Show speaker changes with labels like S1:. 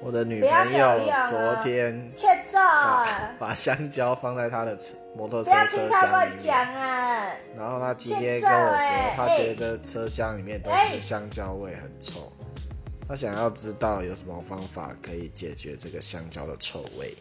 S1: 我的女朋友
S2: 啊
S1: 昨天
S2: 欠揍，
S1: 把香蕉放在她的车摩托
S2: 啊不
S1: 车
S2: 要
S1: 车
S2: 听他
S1: 厢
S2: 乱
S1: 里
S2: 讲哎
S1: 面，
S2: 啊！
S1: 然后她今天跟我说，她觉得车厢里面都是香蕉味，很臭。她想要知道有什么方法可以解决这个香蕉的臭味。